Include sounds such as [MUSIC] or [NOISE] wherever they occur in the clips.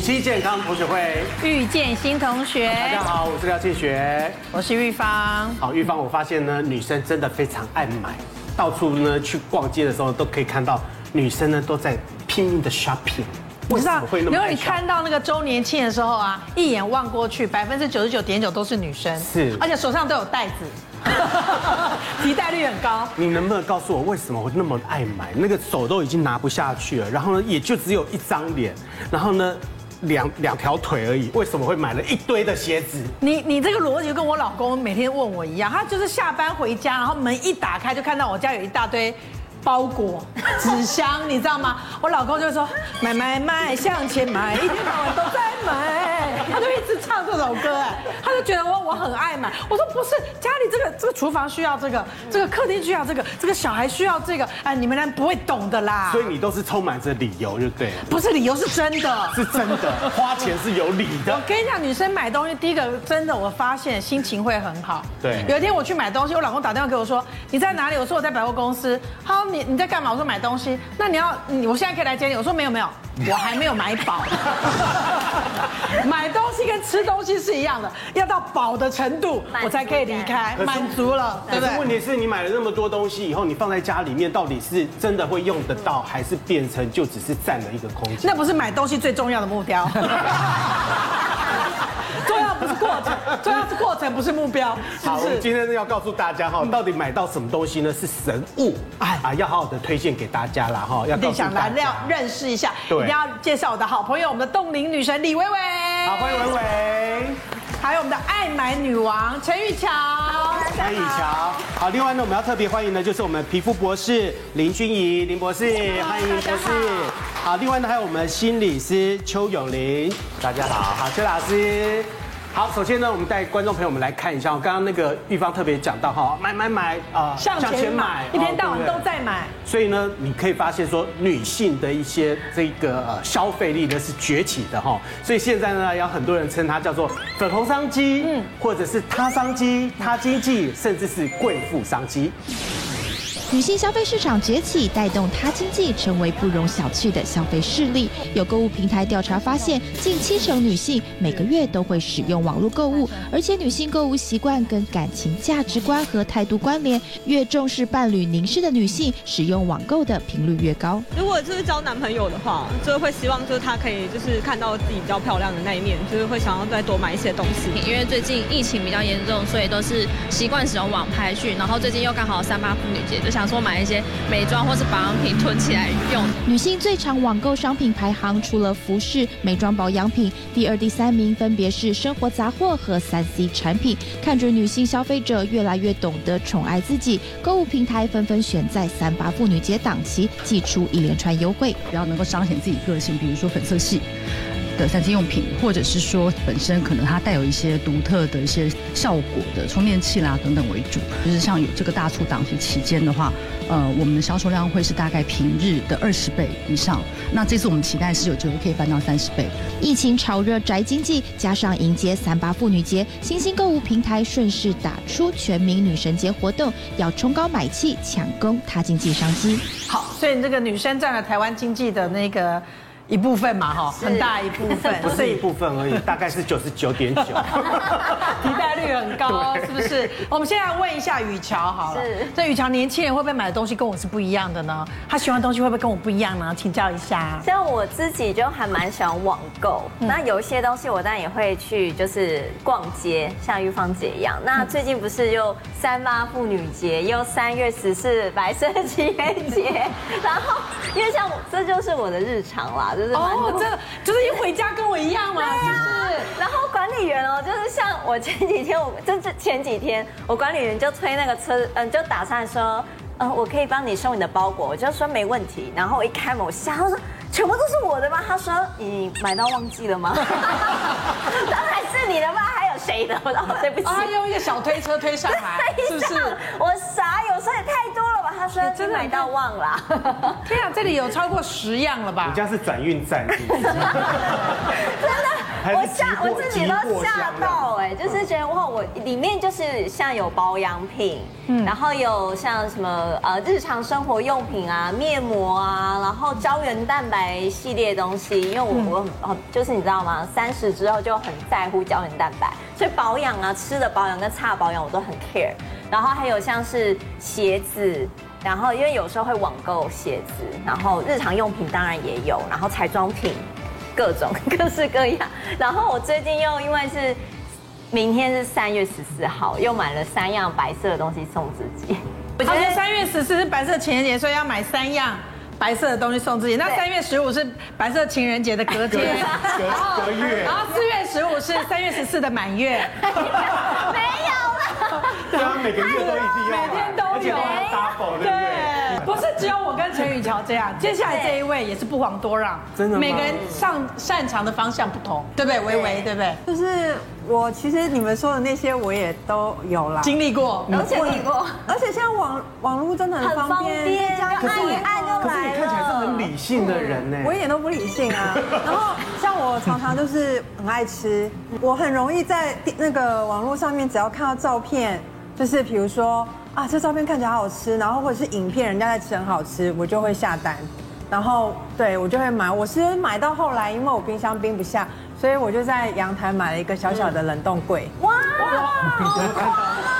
期健康同学会，遇见新同学，大家好，我是廖庆学。我是玉芳。好，玉芳，我发现呢，女生真的非常爱买，到处呢去逛街的时候都可以看到女生呢都在拼命的 shopping。你知为什道么，会那如么果爱你 shopping？看到那个周年庆的时候啊，一眼望过去，百分之九十九点九都是女生，是而且手上都有袋子， [LAUGHS] 提袋率很高。你能不能告诉我为什么我那么爱买？那个手都已经拿不下去了，然后呢，也就只有一张脸，然后呢，两两条腿而已，为什么会买了一堆的鞋子？你你这个逻辑跟我老公每天问我一样，他就是下班回家，然后门一打开就看到我家有一大堆包裹、纸箱， [LAUGHS] 你知道吗？我老公就说买买买，向前买，一天到晚都在买，他就一直唱这首歌，哎，他就觉得我我很爱买。我说不是，家里这个这个厨房需要这个，这个客厅需要这个，这个小孩需要这个，哎，你们俩不会懂的啦所。以你都是充满着理由，就对了，不是理由是真的，是真的，花钱是有理的我。跟你讲，女生买东西，第一个真的，我发现心情会很好。对有一天我去买东西，我老公打电话给我说：“你在哪里？”我说：“我在百货公司。”他说：“你你在干嘛？”我说：“买东西。”那你要，你我现在可以来接你？我说：“没有没有，我还没有买饱。 [LAUGHS] 买东西跟吃东西是一样的，要到饱的程度，我才可以离开，满足感满足了，可对不是对？问题是你买了那么多东西以后，你放在家里面，到底是真的会用得到，还是变成就只是占了一个空间？那不是买东西最重要的目标。 [LAUGHS] 重要不是过程，重要是过程，不是目标，是好，不我们是？今天要告诉大家哈，到底买到什么东西呢？是神物，哎哎啊，要好好的推荐给大家啦哈，要一告定诉想啊大来家要。认识一下，一对定要介绍我的好朋友，我们的冻龄女神李薇薇，好，欢迎文伟，还有我们的爱买女王陈玉乔，欢迎以乔。好，另外呢，我们要特别欢迎的就是我们皮肤博士林君怡林博士，欢迎林博士大家。好，另外呢，还有我们心理师邱永林，大家好，好，邱老师。好，首先呢，我们带观众朋友们来看一下，我刚刚那个玉芳特别讲到哈，买买买啊，向前买，一天到晚都。哦对不对在买，所以呢，你可以发现说，女性的一些这个呃消费力呢是崛起的哈。所以现在呢，有很多人称它叫做粉红商机，嗯，或者是他商机、他经济，甚至是贵妇商机。嗯女性消费市场崛起，带动她经济成为不容小觑的消费势力。有购物平台调查发现，近七成女性每个月都会使用网络购物，而且女性购物习惯跟感情价值观和态度关联，越重视伴侣凝视的女性，使用网购的频率越高。如果就是交男朋友的话，就是会希望就是他可以就是看到自己比较漂亮的那一面，就是会想要再多买一些东西。因为最近疫情比较严重，所以都是习惯使用网拍去，然后最近又刚好三八妇女节，就想说买一些美妆或是保养品囤起来用。女性最常网购商品排行，除了服饰、美妆保养品，第二、第三名分别是生活杂货和三 C 产品。看准女性消费者越来越懂得宠爱自己，购物平台纷纷选在三八妇女节档期祭出一连串优惠。比较能够彰显自己个性，比如说粉色系的三 C 用品，或者是说本身可能它带有一些独特的一些效果的充电器啦等等为主。就是像有这个大促档期期间的话，呃，我们的销售量会是大概平日的二十倍以上。那这次我们期待是有机会可以翻到三十倍。疫情炒热宅经济，加上迎接三八妇女节，新兴购物平台顺势打出全民女神节活动，要冲高买气，抢攻她经济商机。好，所以这个女生占了台湾经济的那个一部分嘛，哈，很大一部分， [LAUGHS] [LAUGHS] 不是一部分而已，大概是九十九点九。提代率很 [LAUGHS] 高，是不是？我们现在问一下雨乔好了，这雨乔年轻人会不会买的东西跟我是不一样的呢？她喜欢的东西会不会跟我不一样呢？请教一下。像我自己就还蛮喜欢网购，嗯那有一些东西我当然也会去，就是逛街，像玉芳姐一样。那嗯最近不是又三八妇女节，又三月十四白色情人节，然后因为像我这就是我的日常啦，就是蛮多哦，啊这就是一回家跟我一样嘛，是不是？然后管理员哦，就是像我前几天，我这这前几天，我管理员就推那个车，嗯、就打算说，嗯、我可以帮你收你的包裹，我就说没问题。然后我一开门，我吓到说，全部都是我的吗？他说你买到忘记了吗？ [LAUGHS] 当然是你的吗？还有谁的？我说哦，对不起哦，，他用一个小推车推上来， [LAUGHS] 是不是？我 [LAUGHS] 傻，有时候也太多了吧？他说哎你真真的买到忘了。天啊，这里有超过十样了吧你？家是转运站，是不是真的，还我是吓急迫我自己急都迫吓香的到哎、就是觉得哇，我里面就是像有保养品，嗯然后有像什么呃日常生活用品啊、面膜啊，然后胶原蛋白系列东西，因为我、嗯我很很就是你知道吗？三十之后就很在乎胶原蛋白，所以保养啊、吃的保养跟擦的保养我都很 care，然后还有像是鞋子。然后，因为有时候会网购鞋子，然后日常用品当然也有，然后彩妆品，各种各式各样。然后我最近又因为是明天是三月十四号，又买了三样白色的东西送自己。我觉他得说三月十四是白色情人节，所以要买三样白色的东西送自己。那对三月十五是白色情人节的 [LAUGHS] 隔天，隔隔月 [LAUGHS] 然，后四月十五是三月十四的满月。没有啦，对啊，每个月都一定要买，每天都有而且还 double，对不对？对，不是只有我跟陈宇桥这样，接下来这一位也是不遑多让，真的吗每个人上擅长的方向不同，对不对？维维，对不对？就是我其实你们说的那些我也都有啦，经历过，而且你过而且现在网网络真的很很方方便，便，一家哎就按一按就可是你来看起来是很了。理性的人呢，我一点都不理性啊。然后像我常常就是很爱吃，我很容易在电那个网络上面只要看到照片，就是比如说啊这照片看起来好好吃，然后或者是影片人家在吃很好吃，我就会下单。然后对我就会买，我是买到后来，因为我冰箱冰不下，所以我就在阳台买了一个小小的冷冻柜。哇，好狂哦！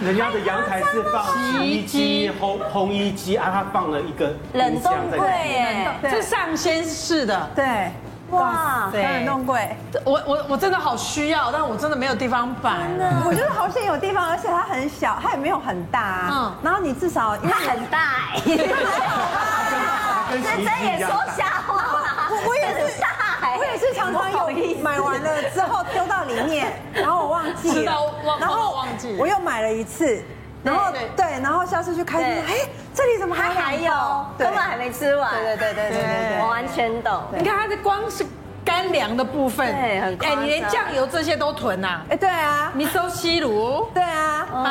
人家的阳台是放洗衣机、烘烘衣机啊，他放了一个冷冰冻箱在柜耶，对是上仙式的。对，哇，对冷冻柜。我我我真的好需要，但我真的没有地方摆。我觉得好像有地方，而且它很小，它也没有很大、啊。嗯嗯，然后你至少因为它很大哎，跟洗这衣这机一也样说大。瞎话啦，我也是这很大哎，我也是常常不好意有思买完了之后丢到里面，然后我忘记了，知道忘然忘后了忘记我又买了一次，然后对对，然后下次去开对哎，这里怎么它还还还有，根本还没吃完。对对对对对对我对。完全懂。你看它的光是干粮的部分，哎对很夸张你连酱油这些都囤呐，哎，对啊，米寿西炉对啊，哦啊，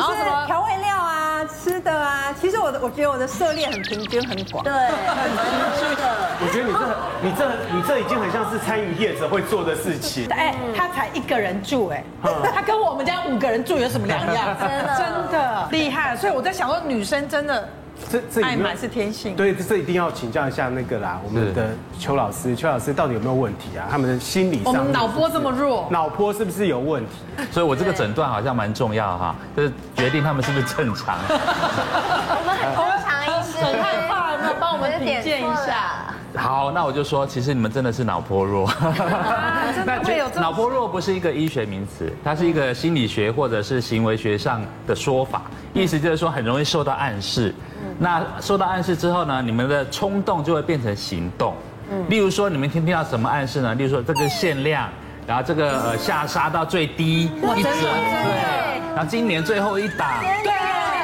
然是后什么调味料啊，吃的啊，其实我的我觉得我的涉猎很平均很广对，。真的。我觉得你这、你这、你这已经很像是餐饮业者会做的事情。嗯哎，他才一个人住哎嗯，他跟我们家五个人住有什么两样？ [LAUGHS] 真的真的厉害，所以我在想说，女生真的这这有没有爱买哎是天性对，这一定要请教一下那个啦，我们的邱老师，邱老师到底有没有问题啊？他们的心理上，我们脑波这么弱脑波是不是有问题？所以我这个诊断好像蛮重要哈，就是决定他们是不是 [LAUGHS] 正常。我们很正常医师，很害怕有没有帮我们有点评鉴一错下了？好，那我就说，其实你们真的是脑波弱。啊真 [LAUGHS] 那的会有这种脑波弱不是一个医学名词，它是一个心理学或者是行为学上的说法，意思就是说很容易受到暗示。嗯那受到暗示之后呢，你们的冲动就会变成行动。嗯例如说，你们听听到什么暗示呢？例如说这个限量，然后这个呃下杀到最低一折，对，然后今年最后一档，对，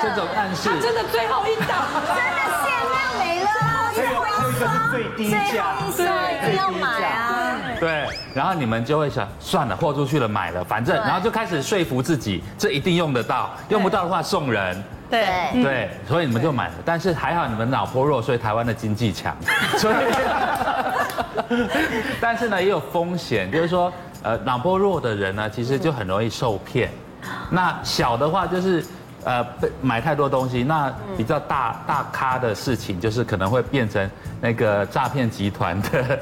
这种暗示他。啊真的最后一档真的限量没了，最后一双，最低最价后一双一定要买啊！对，然后你们就会想，算了，豁出去了，买了，反正，然后就开始说服自己，这一定用得到，用不到的话送人。对对，对，所以你们就买了，但是还好你们脑波弱，所以台湾的经济 [LAUGHS] 强，所以， [LAUGHS] 但是呢也有风险，就是说，呃，脑波弱的人呢，其实就很容易受骗。那小的话就是，呃，被买太多东西，那比较大大咖的事情，就是可能会变成那个诈骗集团的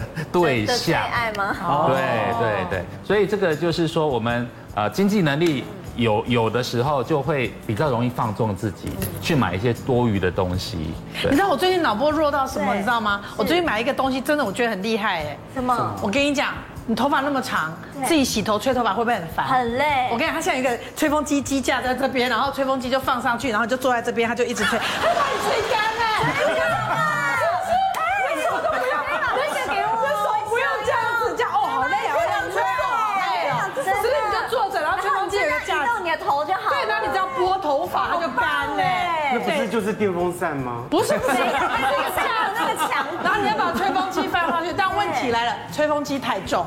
的最对象。爱吗？对对对，所以这个就是说，我们呃经济能力有有的时候就会比较容易放纵自己，去买一些多余的东西。你对知，道我最近脑波弱到什么？对你知道吗？我最近买一个东西，真的我觉得很厉害哎。什么？我跟你讲，你头发那么长，对自己洗头吹头发会不会很烦？很累我跟你讲，它像一个吹风机机架在这边，然后吹风机就放上去，然后就坐在这边，它就一直吹，它把你吹干哎。真的是不是哎我手都不要我手不用这样子，这样哦，好累啊，好想吹哦，好累哦。真的所以你就坐着，然后吹风机有一个架移子动，你的头就好。对，然后你只要拨头发，它就干嘞。那不是就是电风扇吗？不是不是，它是一个架那子个墙，然后你要把吹风机放上去，但问题来了，吹风机太重，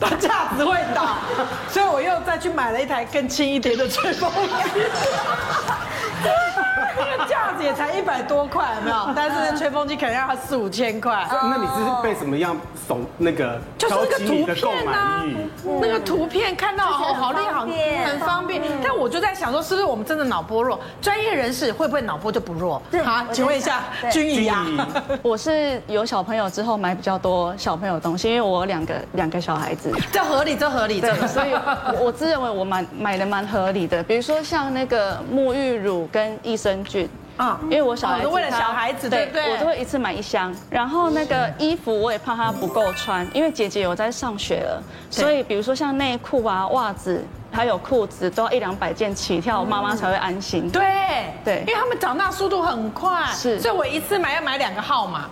把架子会倒，所以我又再去买了一台更轻一点的吹风机。那个架子也才一百多块，有没有？但是吹风机可能要它四五千块。那你是被什么样怂那个就是挑那起个你图的购片买啊欲？，那个图片看到哦，好厉害，方便很方便。但我就在想说，是不是我们真的脑波弱？专业人士会不会脑波就不弱？好，请问一下君怡啊，我是有小朋友之后买比较多小朋友的东西，因为我有两个两个小孩子，这合理，这合理，这对合，理所以我我自认为我蛮买的蛮合理的，比如说像那个沐浴乳跟益生菌。啊啊，因为我小孩哦子他，都为了小孩子对不对我都会一次买一箱。然后那个衣服我也怕他不够穿，因为姐姐有在上学了，所以比如说像内裤啊、袜子还有裤子都要一两百件起跳，妈妈才会安心。对对因为他们长大速度很快，是所以我一次买要买两个号码。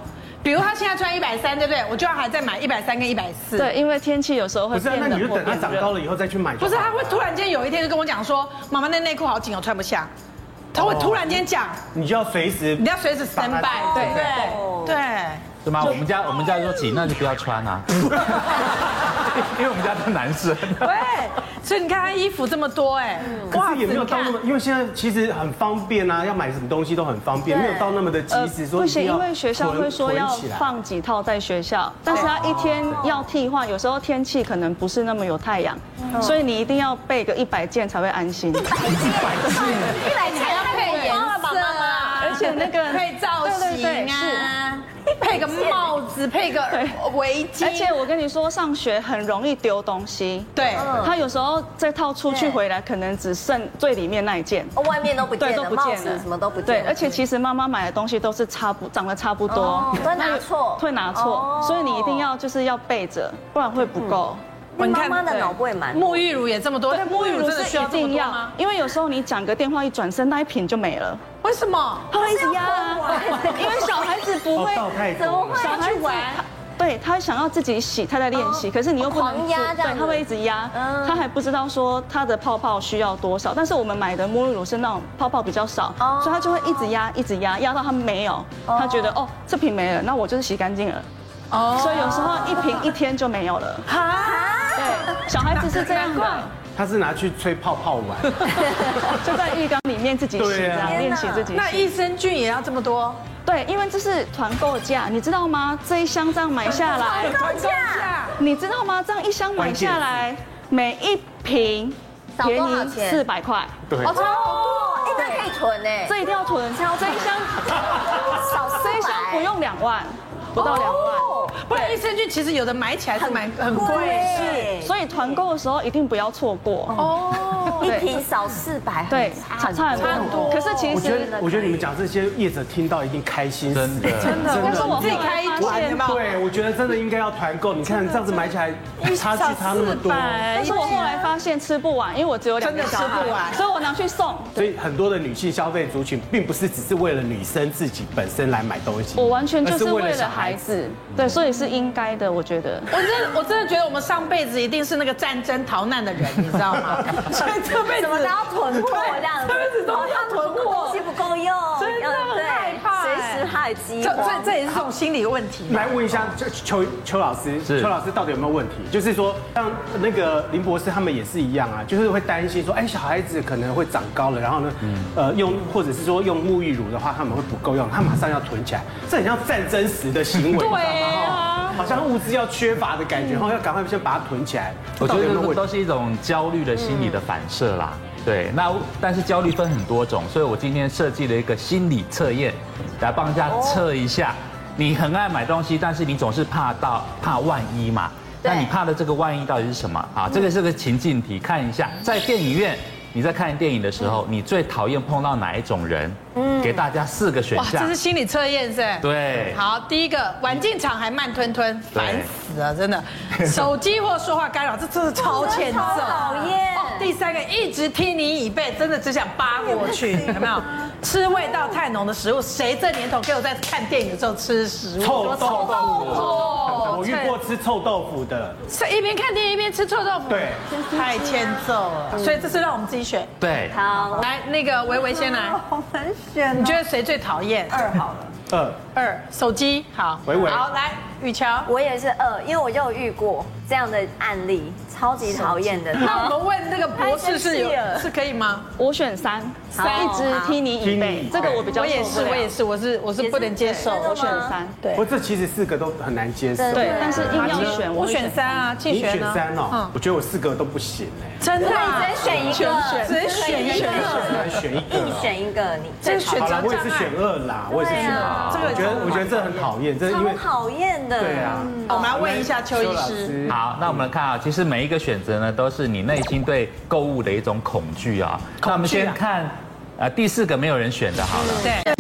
比如他现在穿一百三，对不对？我就要还在买一百三跟一百四。对，，因为天气有时候会不是啊，变那冷你就或等他变长热高。了以啊后再去买。不是，他会突然间有一天就跟我讲说：“妈妈，那内裤好紧哦，穿不下。”他会突然间讲，哦你就要随时你要随时 stand 把 by，它对哦对对。是吗？我们家我们家说紧，那就不要穿啊，因为我们家都男生。啊对，所以你看他衣服这么多哎，可是也没有到那么，因为现在其实很方便啊，要买什么东西都很方便，没有到那么的呃及时，说不一定行，要因为学校囤会说要囤起来放几套在学校，但是他一天要替换，有时候天气可能不是那么有太阳，所以你一定要备个一百件才会安心。一来钱要配颜色啊，而且那个 [LAUGHS] 配造对对型对是啊，配个帽 [LAUGHS] 子，配个围巾，而且我跟你说，上学很容易丢东西。嗯对，他有时候这套出去对回来，可能只剩最里面那一件。哦外面都不对，见都了，不帽见子了，什么都不对见，了。而且其实妈妈买的东西都是差不长得差不多哦，会拿错 [LAUGHS] 会拿哦错，所以你一定要就是要备着，不然会不够。那嗯妈妈的脑波也蛮沐浴乳也这么多，对，沐沐浴浴乳乳真的需是一要这么定多要吗？，因为有时候你讲个电话一转身，那一瓶就没了，为什么？他会一直压啊，因为小孩子不会哦，倒太多了。小孩子他对他想要自己洗，他在练习，可是你又不能哦狂压自这样对，子他会一直压，嗯他还不知道说他的泡泡需要多少。但是我们买的沐浴乳是那种泡泡比较少，哦所以他就会一直压，一直压，压到他没有，他觉得哦这瓶没了，那我就是洗干净了。哦所以有时候一瓶一天就没有 [LAUGHS] 了。对，啊小孩子是这样的，他是拿去吹泡泡玩，就在浴缸里面自己洗，对这啊样练习自己洗。那益生菌也要这么多？对，因为这是团购价，你知道吗？这一箱这样买下来，团购价你知道吗？这样一箱买下来，每一瓶少便多少宜钱四百块，对，哦，超多，哎，那可以囤哎，这一定要囤。这一 [LAUGHS] 箱，少四这一箱百不用两万，不到两万。不然益生菌其实有的买起来是蛮很贵。对，所以团购的时候一定不要错过。哦，一瓶少四百，对，差差差差很多。很多。可是其我觉实，得我觉得你们讲这些业者听到一定开心死，真的真的但是我自己后来开一发团现有没有对，我觉得真的应该要团购。你看这样子买起来，差距差那么多，但是我后来发现吃不完，因为我只有两个真的小吃不孩，完所以我拿去送。所以很多的女性消费族群，并不是只是为了女生自己本身来买东西，我完全就而是为小了孩子，对，所以是应该的，我觉得。我真的我真的觉得我们上辈子一定是那个战争逃难的人，你知道 [LAUGHS] 吗？所以这辈子怎么都要囤货这样子哦对这辈子都要囤货东西不够用，真的要很害欸怕随哎时害饥这荒。这这也是种心理问题嘛。来问一下邱邱邱老师，是邱老师到底有没有问题？就是说，像那个林博士他们也是一样啊，就是会担心说，哎，小孩子可能会长高了，然后呢，嗯呃，用或者是说用沐浴乳的话，他们会不够用，他马上要囤起来，这很像战争时的 [LAUGHS] 行为，对啊，好像物资要缺乏的嗯感觉，然后要赶快先把它囤起来。我觉到底有没有得问都题？是一种焦虑的心理的反射啦。对，那但是焦虑分很多种，所以我今天设计了一个心理测验，来帮大家测一下。你很爱买东西，但是你总是怕到怕万一嘛？对那你怕的这个万一到底是什么啊？这个是个情境题，看一下，嗯在电影院你在看电影的时候，你最讨厌碰到哪一种人？嗯，给大家四个选哇，这项是。心理测验是？。对，好，第一个玩进场还慢吞吞，对烦死了，[LAUGHS] 真的。手机或说话干扰，这真的超欠揍，讨厌哦第三个一直踢你椅背，真的只想扒过 [LAUGHS] 去，啊有没有？吃味道太浓的食物，谁这年头给我在看电影的时候吃食物？臭豆腐，哦我遇过吃臭豆腐的，是一边看电影一边吃臭豆腐，对，太欠揍了。嗯所以这次让我们自己选，对，好，来，那个维维先来，好难选哦。你觉得谁最讨厌？二好了？呃，二手机好，维维好来，雨乔，我也是二，因为我就有遇过这样的案例，超级讨厌的。那我们问那个博士是有太生气了是可以吗？我选三，好一直踢你椅背，这个我比较我也受是，不了我也是，我是我是不能接受也。是我选三，对不，这其实四个都很难接受。对对，但是硬要选，我会选三啊，竞你选选呢？三嗯哦，我觉得我四个都不行哎，真的啊，只选一个，只能选一个。很难选一个硬哦。选一个，你这最是选好择啦嗯障，我也是选啊碍。啊二啦，我也是选二。这个我觉得我觉得这很讨厌，这是因超为讨厌的。对啊。我们要问一下邱医老师，师，好，那我们来看啊，其实每一个选择呢，都是你内心对购物的一种恐惧啊。那我们先看，呃，第四个没有人选的，好了。对。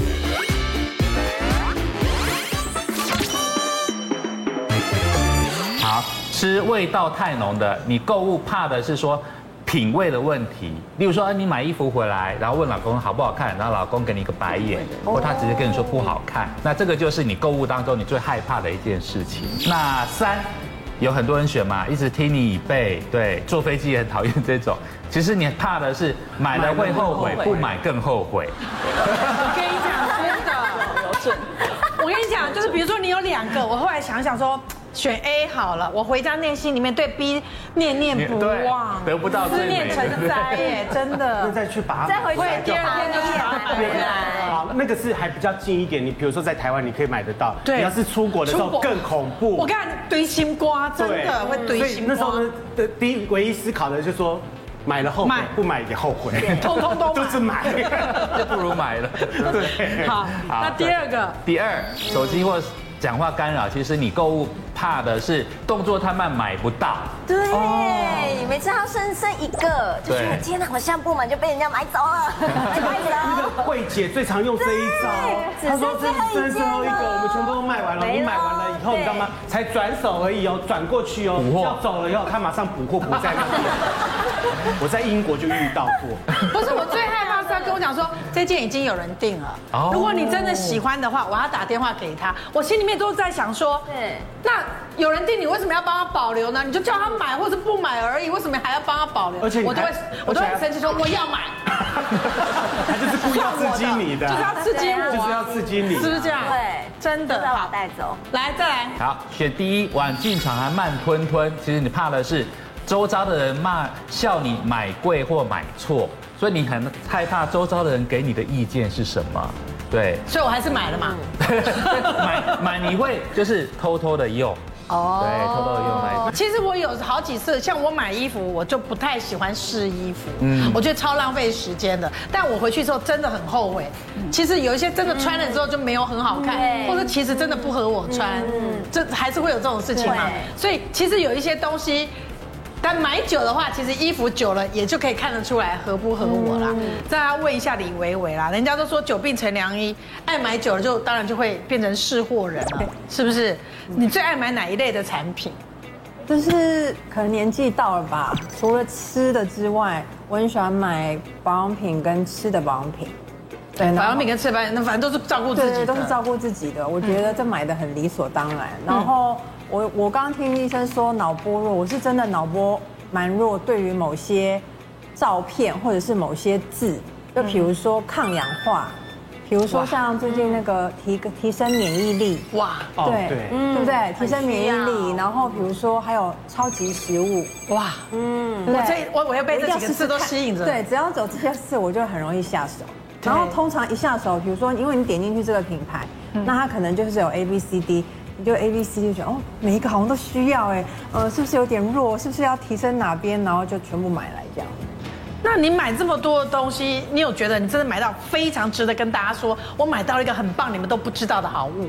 好，吃味道太浓的，你购物怕的是说品味的问题。例如说，呃你买衣服回来，然后问老公好不好看，然后老公给你一个白眼，或他直接跟你说不好看，那这个就是你购物当中你最害怕的一件事情。那三。有很多人选嘛，一直踢你椅背，对，坐飞机也很讨厌这种。其实你怕的是买了会后悔，不买更后悔。 [LAUGHS] 我跟你讲，真的有准。我跟你讲，就是比如说你有两个，我后来想想说。选 A 好了，我回家内心里面对 B 念念不忘，对得不到最思美念的成灾耶，真 [LAUGHS] 那的。再去把它再回去第二天就去把它买回来。好，那个是还比较近一点，你比如说在台湾你可以买得到，对你要是出国的时出候国更恐怖。我看堆心瓜真对的会所堆以心瓜，那时候呢，的第一唯一思考的就是说，买了后悔买，不买也后悔，通 [LAUGHS] 通都买都是买。就不如买了。对好那第二个，第二，手机或讲话干扰，其实你购物怕的是动作太慢买不到。对，每次他剩剩一个，就觉得对天哪，我现在不满就被人家买走 [LAUGHS] 了，买那个走。慧姐最常用这一招，对她说只这剩最后一是最后一件个，了我们全部都卖完了。没了你买完了以后，对你知道吗？才转手而已哦，转过去哦补，货要走了以后，她马上补货不在那边。我在英国就遇到过，不是我最害怕是他跟我讲说这件已经有人订了哦，如果你真的喜欢的话，我要打电话给他。我心里面都在想说，对那有人订你为什么要帮他保留呢？你就叫他买或者不买而已，为什么还要帮他保留？而且你我都还会我都而且会还生气说我要买，她就是故意要刺激你的 [LAUGHS] 就，是要刺激我啊，就是要刺激你是不是这样？对真都的把我好，带走。来再来，好，选第一，晚进场还慢吞吞，其实你怕的是周遭的人骂笑你买贵或买错，所以你很害怕周遭的人给你的意见是什么。对， [LAUGHS] 所以我还是买了嘛。买买你会就是偷偷的用，哦对，偷偷的用来。 [LAUGHS] 其实我有好几次，像我买衣服，我就不太喜欢试衣服，嗯，我觉得超浪费时间的。但我回去之后真的很后悔。其实有一些真的穿了之后就没有很好看，对或者其实真的不合我穿，这还是会有这种事情嘛。对所以其实有一些东西。但买久的话，其实衣服久了也就可以看得出来合不合我啦。再来问一下李维维啦，人家都说久病成良医，爱买久了就当然就会变成是货人了，是不是？你最爱买哪一类的产品？就是可能年纪到了吧，除了吃的之外，我很喜欢买保养品跟吃的保养品。对，然后保养品跟吃饭，那反正都是照顾自对己对，的，嗯都是照顾自己的。我觉得这买的很理所当然。然后我我刚听医生说脑波弱，我是真的脑波蛮弱，对于某些照片或者是某些字，嗯就比如说抗氧化，比如说像最近那嗯个提提升免疫力，哇，哦对对嗯对不对？提升免疫很需力，要然后比如说还有超级食物，哇，对我这我我要被一这定要几个试试字都看吸引着，对，，只要走这些事，我就很容易下手。然后通常一下手，比如说，因为你点进去这个品牌，嗯那它可能就是有 A B C D，你就 A B C D 就觉得哦，每一个好像都需要哎，呃，是不是有点弱？是不是要提升哪边？然后就全部买来这样。那你买这么多的东西，你有觉得你真的买到非常值得跟大家说，我买到了一个很棒你们都不知道的好物？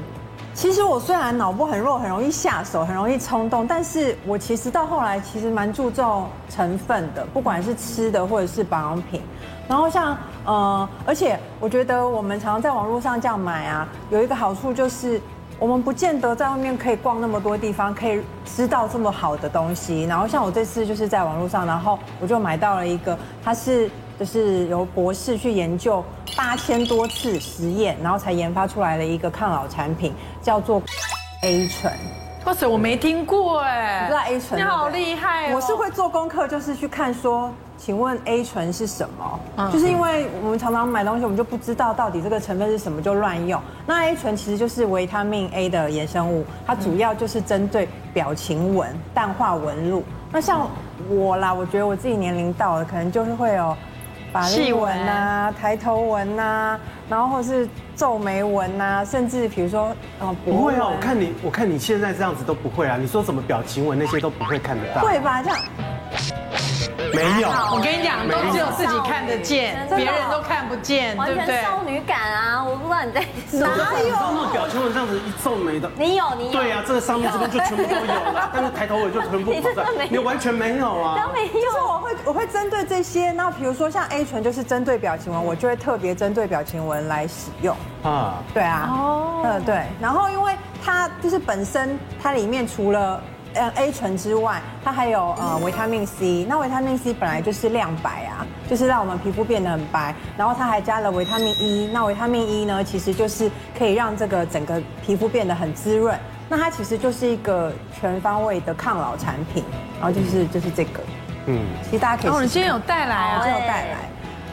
其实我虽然脑波很弱，很容易下手，很容易冲动，但是我其实到后来其实蛮注重成分的，不管是吃的或者是保养品。然后像呃，而且我觉得我们常常在网络上这样买啊，有一个好处就是。我们不见得在外面可以逛那么多地方，可以知道这么好的东西。然后像我这次就是在网络上，然后我就买到了一个，它是就是由博士去研究八千多次实验，然后才研发出来的一个抗老产品，叫做 A 醇。哇塞，我没听过哎，你知道 A 醇你对不对好厉害哦，我是会做功课，就是去看说，请问 A 醇是什嗯么？就是因为我们常常买东西，我们就不知道到底这个成分是什么，就乱用。那 A 醇其实就是维他命 A 的衍生物，它主要就是针对表情纹、淡化纹路。那像我啦，我觉得我自己年龄到了，可能就是会有。法令纹啊，抬头纹呐、然后或是皱眉纹呐、甚至比如说，呃，脖不会啊，纹我看你，我看你现在这样子都不会啊。你说什么表情纹那些都不会看得到，会吧？这样没有。我跟你讲，都只有自己看得见真，的别人都看不见，完对不对全？少女感啊！我不知道你在哪哪有？你知道那种表情纹这样子一皱眉的，你有你有，对啊，这个上面这边就全部都有了，但是抬头纹就全部不在你真的没，有你完全没有啊都。没就是有。我会我会针对这些，那比如说像 A 醇就是针对表情纹，我就会特别针对表情纹来使用。啊，对啊，哦，嗯对，然后因为它就是本身它里面除了呃 A 醇之外，它还有呃维他命 C，那维他命 C 本来就是亮白啊，就是让我们皮肤变得很白，然后它还加了维他命 E，那维他命 E 呢其实就是可以让这个整个皮肤变得很滋润，那它其实就是一个全方位的抗老产品，然后就是就是这个，嗯，其实大家可以然后试试，你今天有带来我啊就？有带来。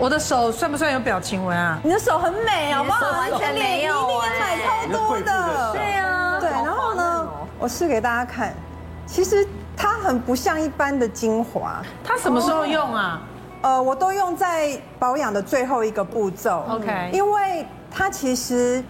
我的手算不算有表情纹啊？你的手很美，好不好？你的手完全没有你一定哎买超你的多贵妇的手对啊对，然后呢，我试给大家看，其实它很不像一般的精华，它什么时候用啊？呃，我都用在保养的最后一个步骤。嗯 OK 因为它其实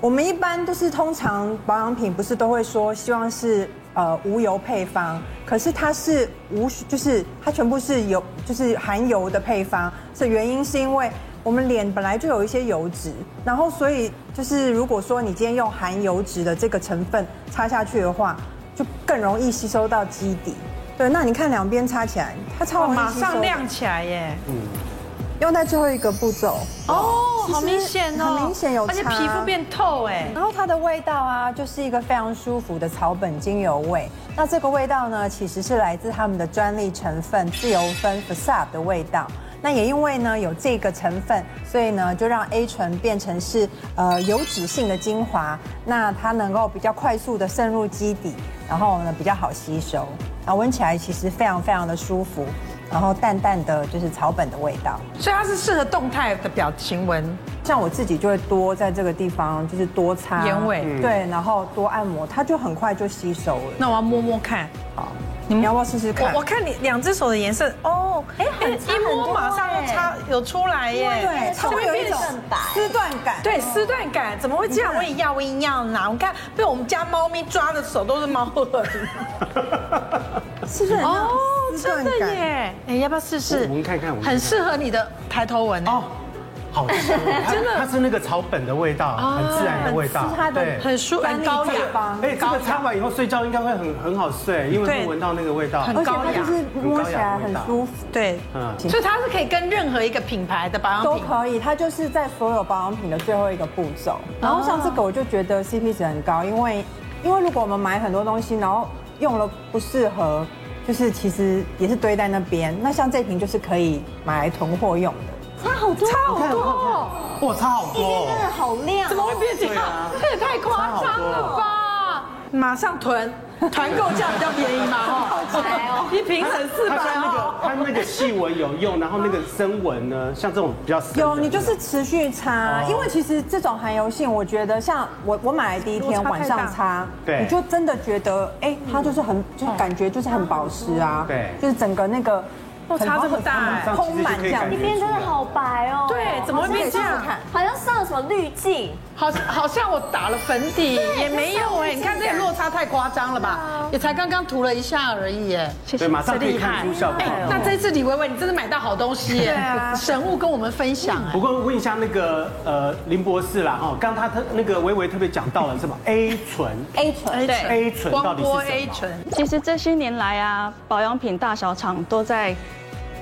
我们一般就是通常保养品不是都会说希望是呃无油配方，可是它是无就是它全部是油就是含油的配方，所以原因是因为。我们脸本来就有一些油脂，然后所以就是如果说你今天用含油脂的这个成分擦下去的话，就更容易吸收到基底。对，那你看两边擦起来，它哦，超容易马吸收上的亮起来耶！用在最后一个步骤。哦，其实好明显哦，很明显有差而且皮肤变透哎。然后它的味道啊，就是一个非常舒服的草本精油味。那这个味道呢，其实是来自他们的专利成分自由酚 f a s a 的味道。那也因为呢有这个成分，所以呢就让 A 醇变成是呃油脂性的精华，那它能够比较快速的渗入基底，然后呢比较好吸收，然后闻起来其实非常非常的舒服，然后淡淡的就是草本的味道。所以它是适合动态的表情纹，像我自己就会多在这个地方，就是多擦眼尾对，然后多按摩，它就很快就吸收了。那我要摸摸看。好，你们要不要试试看？我我看你两只手的颜色哦，哎，一摸马上就差有出来耶，哎对，它会有一种丝缎感。对丝缎感，怎么会这嗯样？我也要，我也要拿。我看被我们家猫咪抓的手都是猫 [LAUGHS] 纹。是不是 [LAUGHS] 很像丝缎哦真感？的耶！哎，要不要试试？我们看看我们看看很适合你的抬头纹哦， [LAUGHS] 哦，好香哦，真的，它是那个草本的味道，很自然的味道是它，的啊很舒很高雅。方哎，这个擦完以后睡觉应该会很很好睡，因为对会闻到那个味道。很而且高雅它就是摸起来很舒服，对，嗯所以它是可以跟任何一个品牌的保养都品。可以。它就是在所有保养品的最后一个步骤。然哦后像这个我就觉得 CP 值很高，因为因为如果我们买很多东西，然后用了不适合，就是其实也是堆在那边。那像这瓶就是可以买来囤货用的。好看，好看，哇，擦好多真哦的，好亮，怎么会变这对样啊？这也太夸张了哦吧！马上囤，团购价比较便宜嘛，哦，一瓶省 [LAUGHS] 四它百像那哦个。它那个细纹有用，然后那个深纹呢，像这种比较深的有，你就是持续擦，哦因为其实这种含油性，我觉得像我我买来第一天落差太大嗯晚上擦，对你就真的觉得，哎，它就是很，就是感觉就是很保湿啊，对就是整个那个落差这么大哎这样其充实就满可这以样感一觉边出真的来好白哦。对，怎么会变这样？好像上了什么滤镜，好，好像我打了粉底也没有哎，你看这个落差太夸张了吧？也才刚刚涂了一下而已哎，对，马上可以厉害哎看出效果。那这次李维维，你真的买到好东西耶！神物跟我们分享哎不。过问一下那个呃林博士啦哈，刚他特那个维维特别讲到了什么 A 醇，A 醇对嗯 A 醇到光底波是什么 A 醇，其实这些年来啊，保养品大小厂都在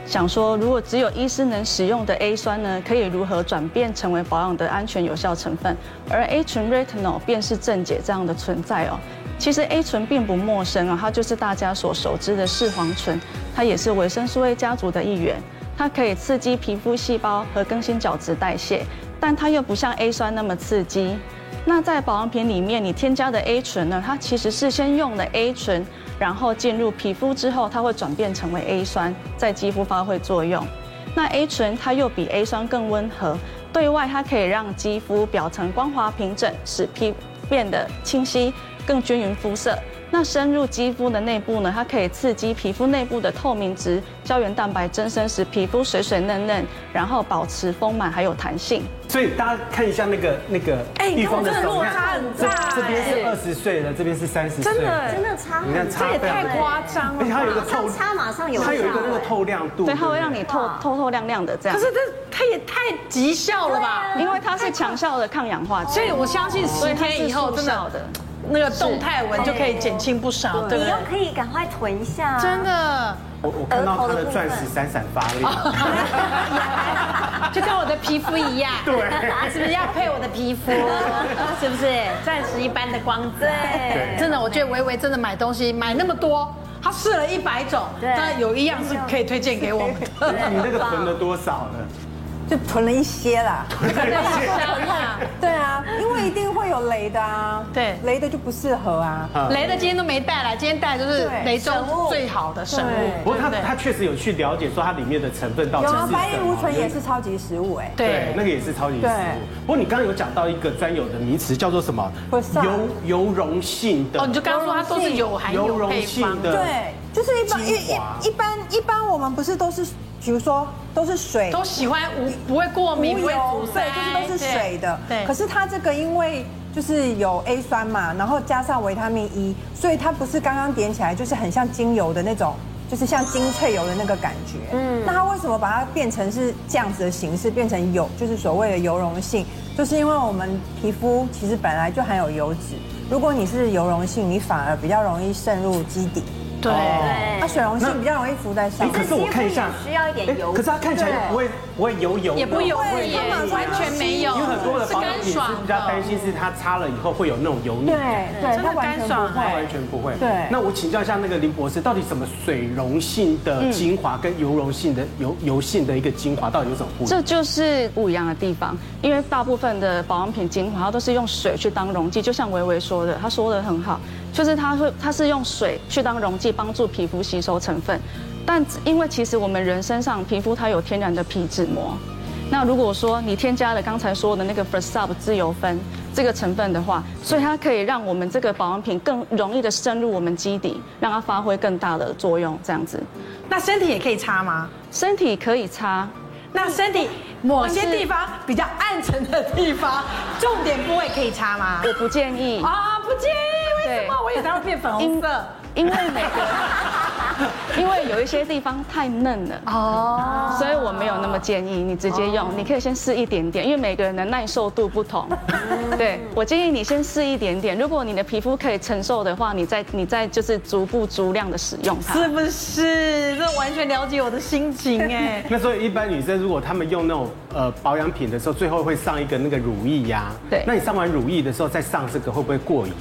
想说，如果只有医师能使用的 A 酸呢，可以如何转变成为保养的安全有效成分？而 A 醇 retinol 便是正解这样的存在哦。其实 A 醇并不陌生啊，它就是大家所熟知的视黄醇，它也是维生素 A 家族的一员。它可以刺激皮肤细胞和更新角质代谢，但它又不像 A 酸那么刺激。那在保养品里面，你添加的 A 醇呢，它其实是先用了 A 醇，然后进入皮肤之后，它会转变成为 A 酸，在肌肤发挥作用。那 A 醇它又比 A 酸更温和，对外它可以让肌肤表层光滑平整，使皮变得清晰，更均匀肤色。那深入肌肤的内部呢，它可以刺激皮肤内部的透明质、胶原蛋白增生，使皮肤水水嫩嫩，然后保持丰满还有弹性。所以大家看一下那个那个地方的手，你看很这这边是二十岁的，这边是三十岁，真的真的差很你看差这也非常太多夸张而且它有一个了。马上透，擦马上有效，它有一个那个透亮度，对，它会不让你透透透亮亮的这样可。是这它也太极效了吧？因为它是强效的抗氧化剂，所以我相信所十以它天是以后速真效的的。那个动态纹就可以减轻不少，对不你对又？可以赶快囤一下，真的，我我看到它的钻石闪闪发亮，就跟我的皮肤一 [LAUGHS] 样， [LAUGHS] 对是不是要配我的皮肤？ [LAUGHS] 是不是？钻石一般的光泽。对真的，我觉得维维真的买东西买那么多，她试了一百种，对但有一样是可以推荐给我们的。 [LAUGHS] 你那个囤了多少呢？就囤了一些啦。香啊！ [LAUGHS] 对啊，因为一定会有雷的啊，对雷的就不适合啊。 [LAUGHS] 雷的今天都没带来，今天带的就是对雷中神物最好的神物。不过它对不对它确实有去了解说它里面的成分到底有是啊什，么。白藜芦醇也是超级食物哎，对对，那个也是超级食对物。不过你刚刚有讲到一个专有的名词，叫做什么？ Croissant 油油溶性的哦，你就刚刚说它都是有含油有溶配方性，的对，就是一般一精华一一般一般我们不是都是，比如说都是水，都喜欢无不会过敏，不无会油阻，塞对，就是都是水的。对，可是它这个因为就是有 A 酸嘛，然后加上维他命 E，所以它不是刚刚点起来就是很像精油的那种，就是像精粹油的那个感觉。嗯，那它为什么把它变成是这样子的形式，变成油，就是所谓的油溶性，就是因为我们皮肤其实本来就含有油脂，如果你是油溶性，你反而比较容易渗入基底，对。嗯那水溶性比较容易浮在上哎可面。是我看一下，肌肤也需要一点哎油可是它看起来又不会不会油油的，也不油对腻它马上，就完全没有，因为很多的是保养干品是爽比较担的。心是它擦了以后会有那种油腻对感。对，真的它完全干不爽它哎会。完全不会。对那我请教一下那个林博士，到底什么水溶性的嗯精华跟油溶性的油油性的一个精华到底有什么不一样？。这就是不一样的地方，因为大部分的保养品精华它都是用水去当溶剂，就像维维说的，她说的很好，就是它会它是用水去当溶剂，帮助皮肤吸收成分。但因为其实我们人身上皮肤它有天然的皮脂膜，那如果说你添加了刚才说的那个 First Up 自由酚这个成分的话，所以它可以让我们这个保养品更容易的深入我们基底，让它发挥更大的作用，这样子那身体也可以擦吗？身体可以擦。那嗯身体某些是地方比较暗沉的地方，重点部位可以擦吗？嗯我不建议啊，不介意，为什么？对我以为它会变粉红因色。因为每 [LAUGHS] 个，因为有一些地方太嫩了哦，所以我没有那么建议你直接哦用，你可以先试一点点，因为每个人的耐受度不同。嗯对我建议你先试一点点，如果你的皮肤可以承受的话，你再你再就是逐步逐量的使用它。是不是？这完全了解我的心情哎 [LAUGHS] 那所以一般女生如果她们用那种呃保养品的时候，最后会上一个那个乳液呀、对那你上完乳液的时候再上这个会不会过油？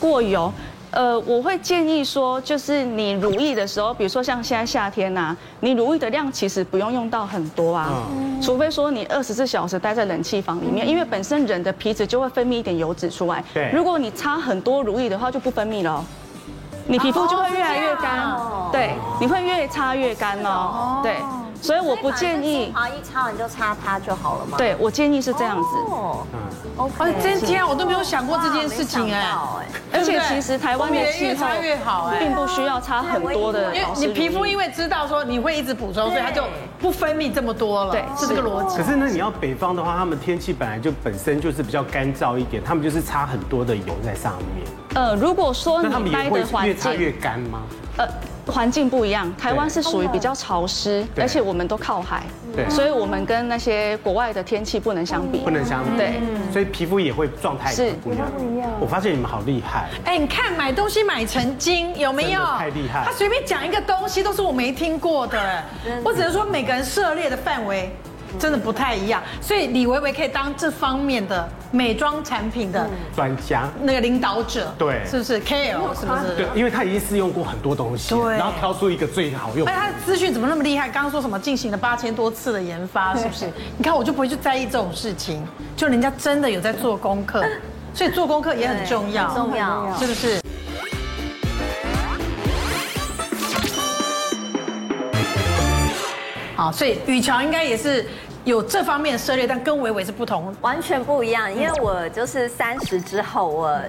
过油。呃，我会建议说，就是你乳液的时候，比如说像现在夏天呐、你乳液的量其实不用用到很多啊，除非说你二十四小时待在冷气房里嗯面，因为本身人的皮脂就会分泌一点油脂出来。对如果你擦很多乳液的话，就不分泌了哦，你皮肤就会越来越干。哦对，你会越擦越干哦。对，所以我不建议。啊，一擦完就擦它就好了嘛。对，我建议是这样子。哦哎，OK，，真天啊，我都没有想过这件事情哇没哎想。到哎，对而且不对其实台湾的我们也气越候擦越好哎并不需要擦很多的对啊保湿乳因为液。你皮肤因为知道说你会一直补充，所以它就不分泌这么多了，对是这个逻辑可。是呢，你要北方的话，他们天气本来就本身就是比较干燥一点，他们就是擦很多的油在上面，呃，如果说那他们你也待会的环越擦越境，干吗？呃，环境不一样，台湾是属于比较潮湿，对而且我们都靠海，对所以我们跟那些国外的天气不能相比不。能相比，对，所以皮肤也会状态是也不一样。我发现你们好厉害，哎，你看买东西买成精有没真有的？太厉害他随便讲一个东西都是我没听过的，我只能说每个人涉猎的范围真的不太一样。所以李维维可以当这方面的美妆产品嗯的专家。那个领导者，对是不是 KOL 是不是？对，因为他已经试用过很多东西，对然后挑出一个最好用哎，的。他的资讯怎么那么厉害？刚刚说什么进行了八千多次的研 [LAUGHS] 发，是不是？你看我就不会去在意这种事情，就人家真的有在做功课，所以做功课也嗯很重要，重要是不是？好，所以雨乔应该也是有这方面的涉猎，但跟伟伟是不同。完全不一样，因为我就是三十之后，我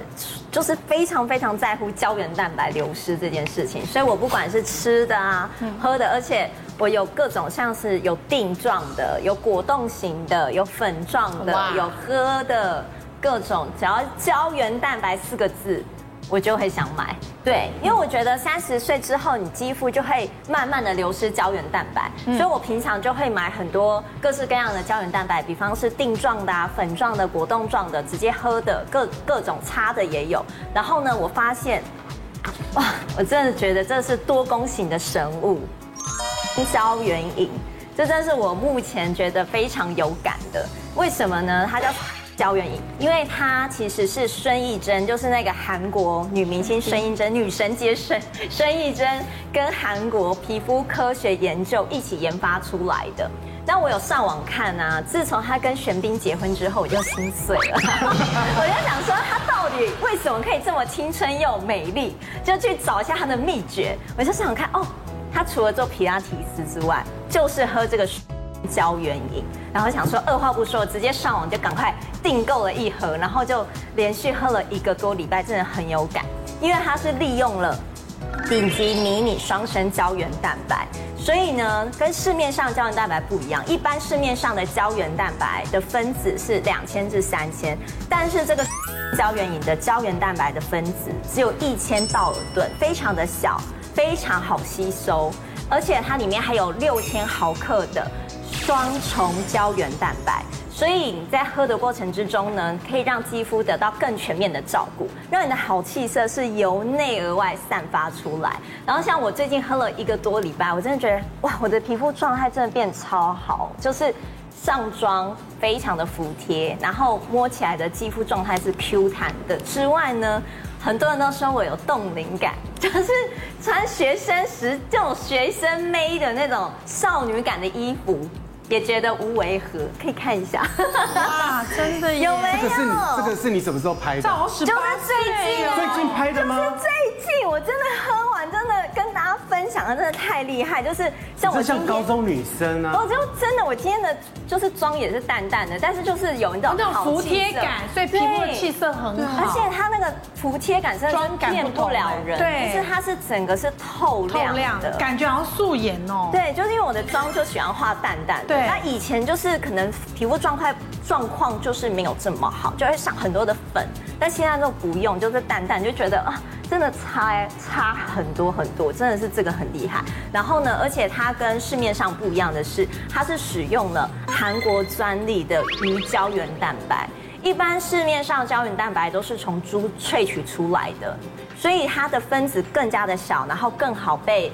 就是非常非常在乎胶原蛋白流失这件事情，所以我不管是吃的啊、喝的，而且我有各种像是有定状的、有果冻型的、有粉状的哇、有喝的各种，只要胶原蛋白四个字，我就会想买。对，因为我觉得三十岁之后，你肌肤就会慢慢的流失胶原蛋白，所以我平常就会买很多各式各样的胶原蛋白，比方是定状的、啊、粉状的、果冻状的、直接喝的，各各种擦的也有。然后呢，我发现，哇，我真的觉得这是多功型的神物。胶原饮，这真是我目前觉得非常有感的。为什么呢？它叫胶原饮，因为它其实是孙艺珍，就是那个韩国女明星孙艺珍，女神接生孙艺珍跟韩国皮肤科学研究一起研发出来的。那我有上网看啊，自从她跟玄彬结婚之后，我就心碎了。我就想说，她到底为什么可以这么青春又美丽？就去找一下她的秘诀。我就想看哦，他除了做皮拉提斯之外，就是喝这个胶原饮，然后想说二话不说，直接上网就赶快订购了一盒，然后就连续喝了一个多礼拜，真的很有感，因为它是利用了。顶级迷你双生胶原蛋白。所以呢，跟市面上胶原蛋白不一样，一般市面上的胶原蛋白的分子是两千至三千，但是这个胶原饮的胶原蛋白的分子只有一千道尔顿，非常的小，非常好吸收，而且它里面还有六千毫克的双重胶原蛋白。所以你在喝的过程之中呢，可以让肌肤得到更全面的照顾，让你的好气色是由内而外散发出来。然后像我最近喝了一个多礼拜，我真的觉得哇，我的皮肤状态真的变超好，就是上妆非常的服帖，然后摸起来的肌肤状态是 Q 弹的。之外呢，很多人都说我有冻龄感， [LAUGHS] 就是穿学生时这种学生妹的那种少女感的衣服。也觉得无违和，可以看 [LAUGHS] 一下。哇，真的耶有没这有个是你这个是你什么时候拍的？早十就八是最近啊最近拍的吗？最近我真的喝完，真的跟大家分享的，真的太厉害。就是像我这今像天，哦高中女生啊我，就真的我今天的就是妆也是淡淡的，但是就是有那哦那种种好服帖气色感，所以皮肤的对气色很好，而且它那个服帖感真的妆是感骗不同哎不了人，对就是它是整个是透透亮亮的，，感觉好像素颜哦。对，就是因为我的妆就喜欢化淡淡的。对那以前就是可能皮肤状态状况就是没有这么好，就会上很多的粉，但现在都不用，就是淡淡就觉得啊，真的差差很多很多，真的是这个很厉害。然后呢，而且它跟市面上不一样的是，它是使用了韩国专利的鱼胶原蛋白。一般市面上胶原蛋白都是从猪萃取出来的，所以它的分子更加的小，然后更好被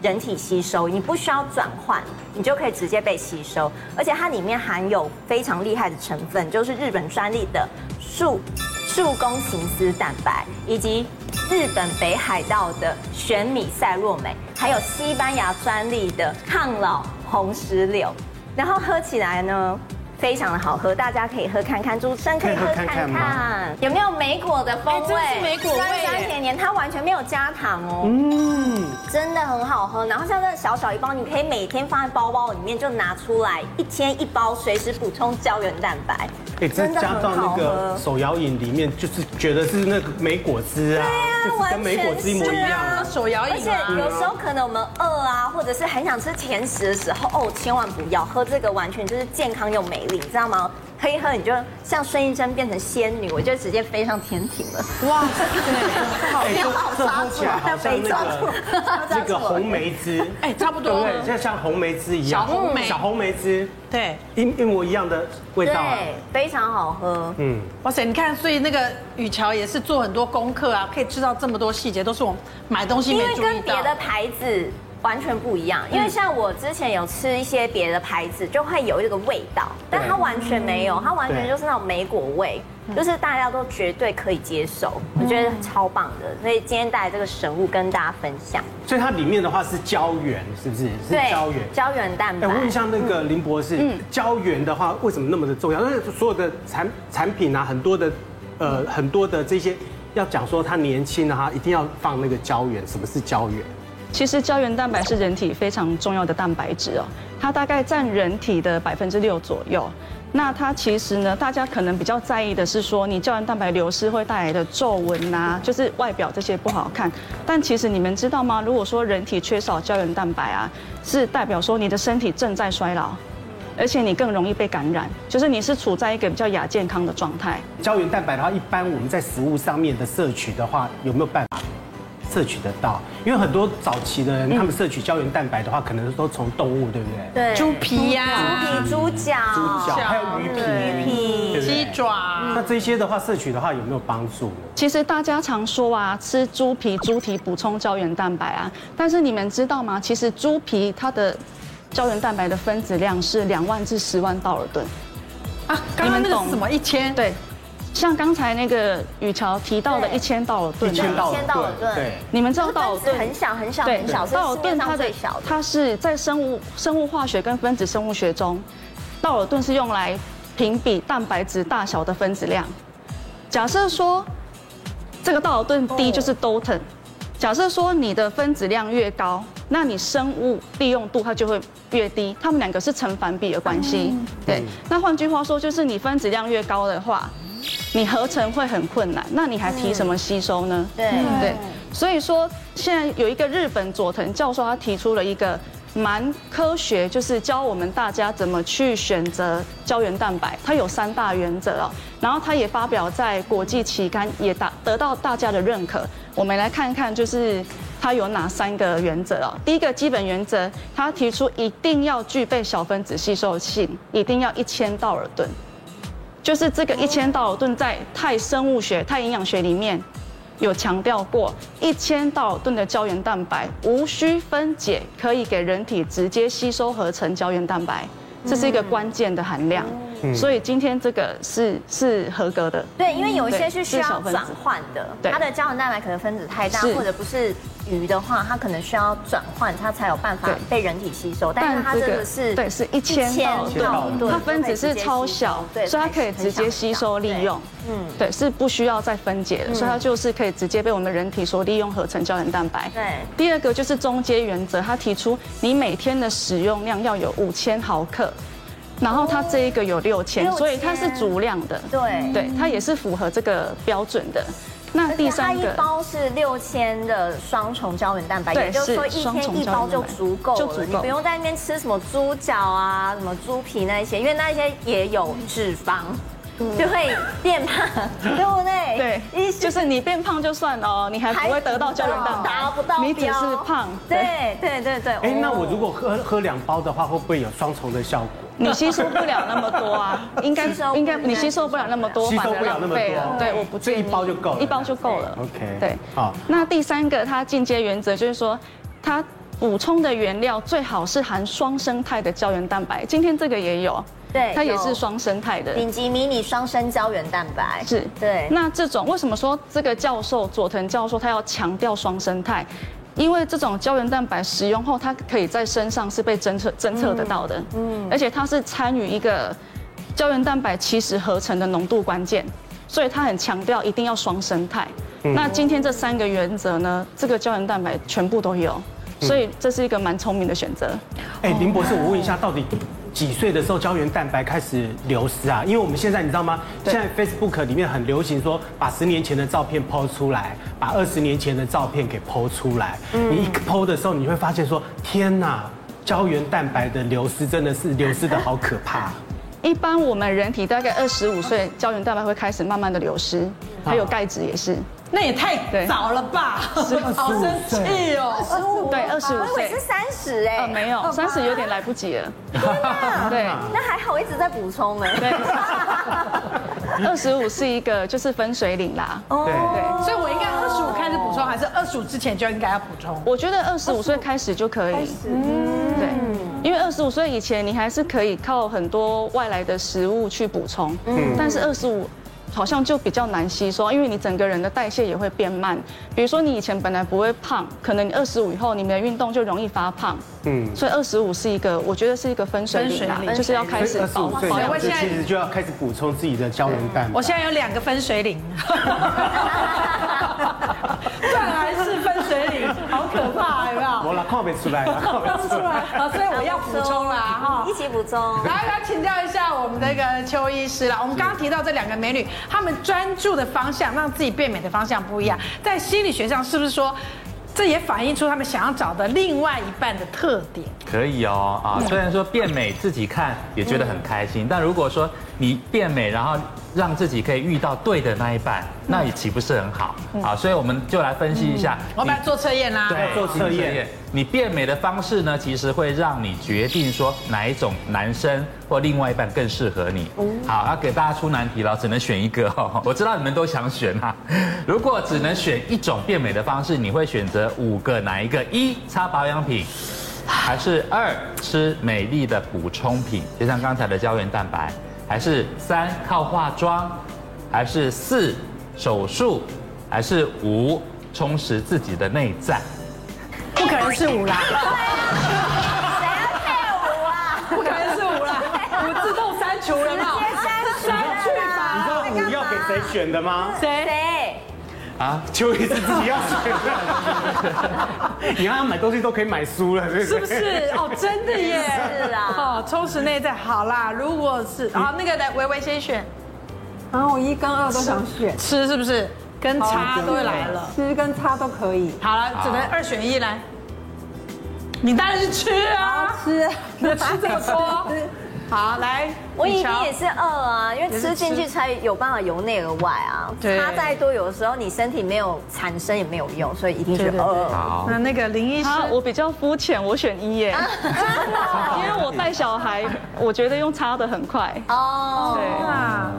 人体吸收，你不需要转换，你就可以直接被吸收。而且它里面含有非常厉害的成分，就是日本专利的树树公型丝蛋白，以及日本北海道的玄米赛洛美，还有西班牙专利的抗老红石榴。然后喝起来呢，非常的好喝，大家可以喝看看，主持人可以喝看可以喝看看看吗有没有莓果的风味？哎真是莓果味酸酸甜甜，它完全没有加糖哦。嗯，真的很好喝。然后像这小小一包，你可以每天放在包包里面就拿出来，一天一包，随时补充胶原蛋白。哎，这加到那真的很好个喝手摇饮里面，就是觉得是那个莓果汁啊，就是跟莓果汁一模一哎完全是样啊啊。手摇饮啊而且有时候可能我们饿啊，或者是很想吃甜食的时候，哦，千万不要喝这个，完全就是健康又美丽，你知道吗？喝一喝你就像孙艺珍变成仙女，我就直接飞上天庭了。哇，好哎， [LAUGHS] 这这喝起来好像那个那个红梅汁，哎，差不对不多，对？就像红梅汁一样，小红梅小红梅汁对。一一模一样的味道啊。对，非常好喝。嗯，哇塞，你看，所以那个雨乔也是做很多功课啊，可以知道这么多细节，都是我买东西因没为注意跟别到。的牌子完全不一样，嗯因为像我之前有吃一些别的牌子，就会有一个味道，但它完全没嗯有，它完全就是那种莓果味，就是大家都绝对可以接受，嗯我觉得超棒的。所以今天带来这个神物跟大家分享，所以它里面的话是胶原，是不是？是胶原。胶原蛋哎，白我。问一下那个林博士，嗯胶原的话为什么那么的重要？因为所有的产产品啊，很多的，呃，很多的这些要讲说它年轻的哈，一定要放那个胶原。什么是胶原？其实胶原蛋白是人体非常重要的蛋白质哦，它大概占人体的百分之六左右。那它其实呢，大家可能比较在意的是说，你胶原蛋白流失会带来的皱纹啊，就是外表这些不好看。但其实你们知道吗？如果说人体缺少胶原蛋白啊，是代表说你的身体正在衰老，而且你更容易被感染，就是你是处在一个比较亚健康的状态。胶原蛋白的话，一般我们在食物上面的摄取的话，有没有办法摄取得到？因为很多早期的人，他们摄取胶原蛋白的话，可能都从动物，对不对？对，猪皮啊呀、猪皮、猪脚、猪脚还有鱼皮，鱼皮对不对嗯鸡爪，啊那这些的话，摄取的话有没有帮助呢？其实大家常说啊，吃猪皮、猪蹄补充胶原蛋白啊，但是你们知道吗？其实猪皮它的胶原蛋白的分子量是两万至十万道尔顿。啊，刚刚那你们个懂是什么一千？对，像刚才那个雨乔提到的对一千道尔顿啊， 1000道了先到了对对。你们知道这个道尔分子顿很小很小对，很小，是道尔世界顿它上的最小的。它是在生物生物化学跟分子生物学中，道尔顿是用来评比蛋白质大小的分子量。假设说这个道尔顿低就是 Dalton，假设说你的分子量越高，那你生物利用度它就会越低，它们两个是成反比的关系。嗯对，那换句话说，就是你分子量越高的话，你合成会很困难，那你还提什么吸收呢？对对，所以说现在有一个日本佐藤教授，他提出了一个蛮科学，就是教我们大家怎么去选择胶原蛋白。它有三大原则哦，然后他也发表在国际期刊，也达得到大家的认可。我们来看看，就是它有哪三个原则哦。第一个基本原则，他提出一定要具备小分子吸收性，一定要一千道尔顿。就是哦这个一千道尔顿在太生物学、太营养学里面有强调过，一千道尔顿的胶原蛋白无需分解，可以给人体直接吸收合成胶原蛋白，这是一个关键的含量。所以今天这个是是合格的。嗯对，因为有一些是需对是要小分子转换的，对它的胶原蛋白可能分子太大，是或者不是鱼的话，它可能需要转换，它才有办法对被人体吸收。但是它这这个个是对是一千到1000到对对，它分子是超小，对，所以它可以直接吸收利用。对。嗯，对，是不需要再分解的，所以它就是可以直接被我们人体所利用合成胶原蛋白。对第二个就是中阶原则，它提出你每天的使用量要有五千毫克，然后它这一个有六千， 6000所以它是足量的。哦对对，它也是符合这个标准的。那而第且它三一个。包是六千的双重胶原蛋白，对也就是说是一双天重一胶包原就蛋白足够就足了，够你不用在那边吃什么猪脚啊、什么猪皮那一些，因为那些也有脂肪，就会 [LAUGHS] 变胖，对不对？嗯对，就是你变胖就算了哦，你还不会得到胶原蛋白，达不到标你只是胖。对对对对。哎，那我哦如果喝喝两包的话，会不会有双重的效果？你吸收不了那么多 [LAUGHS] 啊，应该吸收不应该你吸收不了那么多，吸反收而不了那浪么费多哦了。，对，我不这建一议包就够了，一包就够了。 OK 对，好那第三个它进阶原则就是说，它补充的原料最好是含双生态的胶原蛋白，今天这个也有，对它也有是双生态的。顶级迷你双生胶原蛋白是，对，那这种为什么说这个教授佐藤教授他要强调双生态？因为这种胶原蛋白使用后，它可以在身上是被侦测侦测得到的，嗯，而且它是参与一个胶原蛋白起始合成的浓度关键，所以它很强调一定要双生态。那今天这三个原则呢，这个胶原蛋白全部都有，所以这是一个蛮聪明的选择。哎，林博士，我问一下，到底几岁的时候胶原蛋白开始流失啊？因为我们现在你知道吗？现对在 Facebook 里面很流行说，把十年前的照片剖出来，把二十年前的照片给剖出来。嗯你一剖的时候，你会发现说，天哪，胶原蛋白的流失真的是流失的好可 [LAUGHS] 怕。一般我们人体大概二十五岁，胶原蛋白会开始慢慢的流失，还有钙质也是。那也太对早了吧，好生气哦。十五对25岁我以为是三十哎，呃，没有，三十有点来不及了。对，那还好，我一直在补充哎，对二十五是一个就是分水岭啦。对对，所以我应该二十五开始补充，还是二十五之前就应该要补充？我觉得二十五岁开始嗯就可以，对，因为二十五岁以前你还是可以靠很多外来的食物去补充，但是二十五。好像就比较难吸收，因为你整个人的代谢也会变慢。比如说你以前本来不会胖，可能你二十五以后你没有运动就容易发胖。嗯嗯，所以二十五是一个，我觉得是一个分水岭啦分水，岭就是要开始哦二十保五岁这保养样子其实就要开始补充自己的胶原蛋白。我现在有两个分水 [LAUGHS] 岭，断崖式分水岭，好可怕，有 [LAUGHS] 没有？我啦，看不出来啦，看不出出来了，所以我要补充啦，哈。 [LAUGHS] 一起补充。来来，请教一下我们的一个邱医师啦。我们刚刚提到这两个美女，她们专注的方向，让自己变美的方向不一样，在心理学上是不是说，这也反映出她们想要找的另外一半的特点？可以哦啊，虽然说变美自己看也觉得很开心，但如果说你变美，然后让自己可以遇到对的那一半，那也岂不是很好啊？所以我们就来分析一下，嗯我们来做测验啦。对，做测验。你变美的方式呢，其实会让你决定说哪一种男生或另外一半更适合你。好，要给大家出难题了，只能选一个 [LAUGHS] 哦。我知道你们都想选啊。如果只能选一种变美的方式，你会选择五个哪一个？一擦保养品，还是二吃美丽的补充品，就像刚才的胶原蛋白，还是三靠化妆，还是四手术，还是五充实自己的内在？不可能是五啦，谁要跳舞啊？不可能是五啦，我自动删除了嘛。删去你知道五要给谁选的吗？谁？谁？ [LAUGHS] 啊，邱医师自己要选的。你让他买东西都可以买书了，是不是不是？哦，真的耶。 [LAUGHS] 是啊哎哦，充实内在，好啦。如果是好，那个来，维维先选然后我一跟二都想选，吃，是不是？跟叉都会来了。吃跟擦都可以。好了，只能二选一来。你当然是吃啊，吃，你吃这么多。好，来，我一你定瞧也是饿啊，因为吃进去才有办法由内而外啊。对它再多，有时候你身体没有产生也没有用，所以一定是对对饿。好，那那个林医师，啊啊，我比较肤浅，我选一耶，哦因为我带小孩，我觉得用擦的很快。哦，对，啊，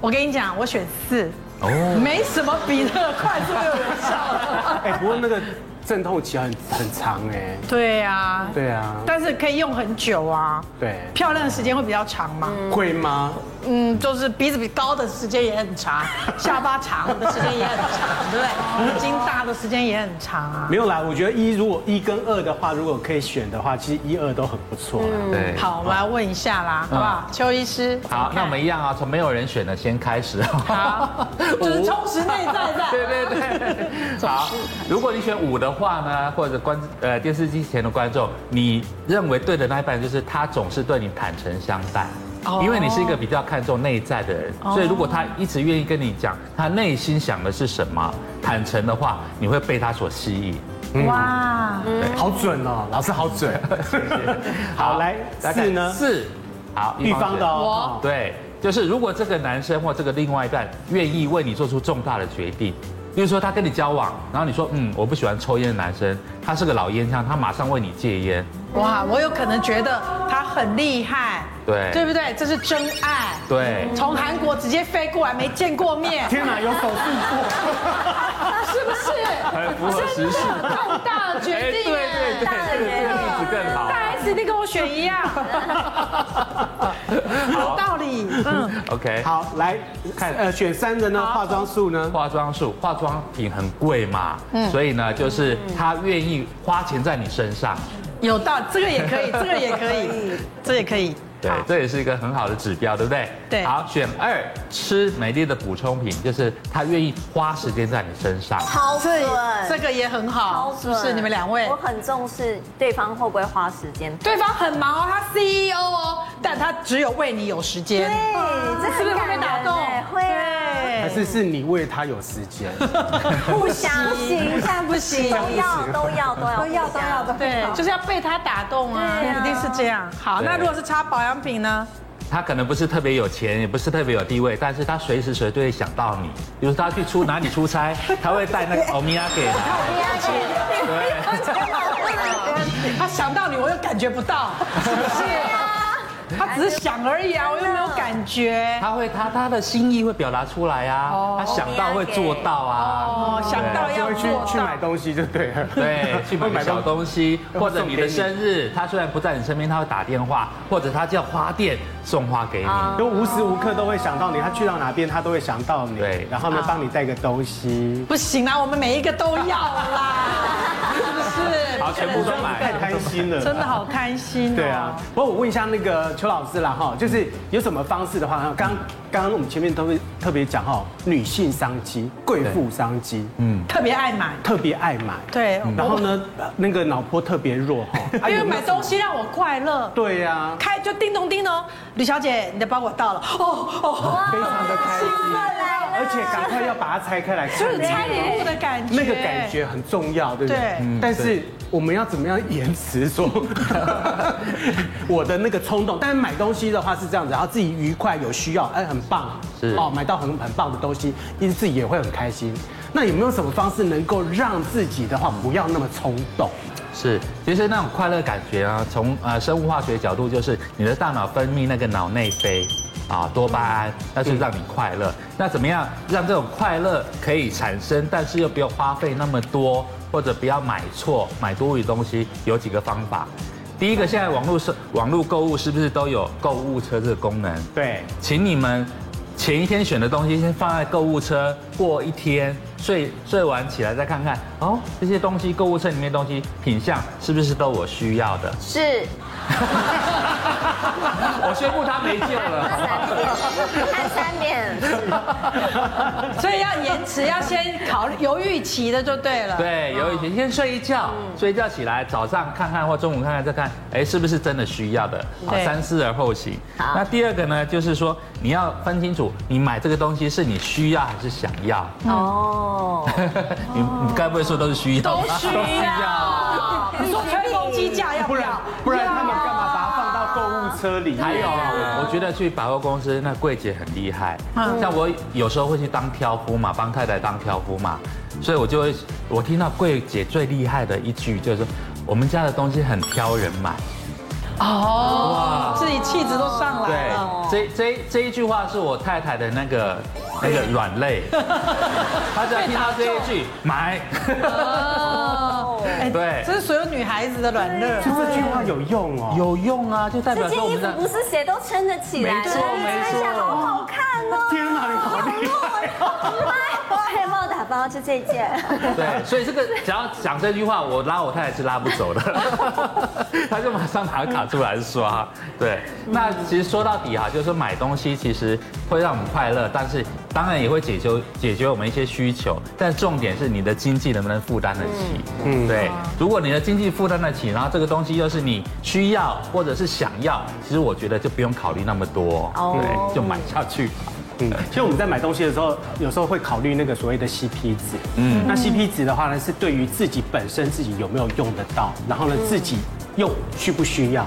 我跟你讲，我选四，哦，没什么比那个快速又有效了。 [LAUGHS] 哎，不过那个阵痛期很很长哎。对呀，对啊，但是可以用很久啊。对，漂亮的时间会比较长嘛，会吗？嗯，就是鼻子比高的时间也很长，下巴长的时间也很长，对不对？眼睛大的时间也很长啊。没有啦，我觉得一如果一跟二的话，如果可以选的话，其实一二都很不错啦。对，好，我们来问一下啦，好不好？邱医师，嗯好，那我们一样啊，从没有人选的先开始。 [LAUGHS] 好 [LAUGHS] 就是充实内在 [LAUGHS] 在。对对对，好。如果你选五的话呢，或者观呃电视机前的观众，你认为对的那一半就是他总是对你坦诚相待哦。因为你是一个比较看重内在的人，所以如果他一直愿意跟你讲他内心想的是什么，坦诚的话，你会被他所吸 [LAUGHS] 引。哇，好准哦，老师好准。 [LAUGHS] 好，来大概四呢？四，好，预防的我哦。对，就是如果这个男生或这个另外一半愿意为你做出重大的决定，比如说他跟你交往，然后你说嗯我不喜欢抽烟的男生，他是个老烟枪，他马上为你戒烟，哇，我有可能觉得他很厉害，对对不对？这是真爱。对，从韩国直接飞过来，没见过 [LAUGHS] 面，啊天哪，有手术是不是？很符合真时的事。哎重大决对定，对对，大这个人例子更好。大 S 你跟我选一 [LAUGHS] 样，有道理。嗯，过。OK，好，来看看呃选三的呢，化妆术呢？化妆术，化妆品很贵嘛，所以呢，就是他愿意花钱在你身上，有道，这个也可以，这个也可以，这也可以。对好，这也是一个很好的指标，对不对？对好，选二，吃美丽的补充品，就是他愿意花时间在你身上。超准，这个也很超好，是准，不是？你们两位我，很重视对方会不会花时间。对方很忙哦，他 CEO 哦，但他只有为你有时间。对，是不是会被打动？会啊，还是对，是你为他有时间？互相不行，这样不行，都要都要都要都要互都相要都要。对，就是要被他打动啊，对啊一定是这样。好，对那如果是擦保养品呢？他可能不是特别有钱，也不是特别有地位，但是他随时随地会想到你。比如说他去出哪里出 [LAUGHS] 差，他会带那个欧米亚给你。他想到你，我又感觉不到，是不是？他只是想而已啊，我又没有感觉。他会他他的心意会表达出来啊，他想到会做到啊，哦，想到对要会去做去买到。东西就对了，对，去买会个小东西，或者你的生日，他虽然不在你身边，他会打电话，或者他叫花店送花给你。都无时无刻都会想到你，他去到哪边他都会想到你，对然后呢帮你带个东西，不行啊啦，我们每一个都要啦， [LAUGHS] 是不是？好，全部都买。太贪心了，啊真的。好开心哦。对啊，不过我问一下那个邱老师啦哈，就是有什么方式的话，刚刚刚我们前面都会特别讲哈，女性商机、贵妇商机，嗯，特别爱买。特别爱买，对，嗯然后呢，那个脑波特别弱哈，啊 [LAUGHS] 因为有没有买东西让我快乐。对啊呀，开就叮咚叮咚，吕小姐，你的包裹到了。哦哦，非常的开心，而且赶快要把它拆开来看， [LAUGHS] 就是拆礼物的感觉。那个感。觉很重要，对不对对？嗯但是我们要怎么样延迟说 [LAUGHS] 我的那个冲动？但是买东西的话是这样子，然后自己愉快有需要，哎，很棒，是哦，买到很很棒的东西，因此自己也会很开心。那有没有什么方式能够让自己的话不要那么冲动？是，其实那种快乐感觉啊，从呃生物化学角度，就是你的大脑分泌那个脑内啡。啊，多巴胺，那是让你快乐。那怎么样让这种快乐可以产生，但是又不要花费那么多，或者不要买错、买多余东西？有几个方法。第一个，现在网络是网络购物是不是都有购物车这个功能？对，请你们前一天选的东西先放在购物车，过一天睡睡完起来再看看，哦，这些东西购物车里面的东西品相是不是都我需要的？是我宣布他没救了。看三遍，所以要延迟，要先考虑犹豫期的就对了。。 [LAUGHS] 对，有一些先睡一觉，睡一觉起来，早上看看或中午看看再看，哎，是不是真的需要的？好，对三思而后行。那第二个呢，就是说你要分清楚，你买这个东西是你需要还是想要？哦，你你该不会说都是需要吧？都需啊要。你说吹风机架要不不然要？不然他们干嘛把它放到购物车里？哎 [LAUGHS] 还有，我觉得去百货公司那柜姐很厉害，嗯像我有时候会去当挑夫嘛，帮太太当挑夫嘛，所以我就会，我听到柜姐最厉害的一句就是说，我们家的东西很挑人买。哦，自己气质都上来对了。，这这这一句话是我太太的那个那个软 [LAUGHS] 肋，她只要听到这一句买， [LAUGHS] 哦，哎对这是所有女孩子的软肋。就这句话有用哦，有用啊，就代表这件说我衣们服不的是谁都撑得起来的，没错没穿错起来好好看哦。天哪，你好厉害！我还帮我打包，就这一件。对，所以这个只要讲这句话，我拉我太太是拉不走的， [LAUGHS] 她就马上拿卡出来刷。对，那其实说到底哈、就是说买东西其实会让我们快乐，但是当然也会解决解决我们一些需求，但重点是你的经济能不能负担得起。嗯，对，如果你的经济负担得起，然后这个东西又是你需要或者是想要，其实我觉得就不用考虑那么多，对，就买下去。嗯，其实我们在买东西的时候，有时候会考虑那个所谓的 CP 值。嗯，那 CP 值的话呢，是对于自己本身自己有没有用得到，然后呢自己用需不需要。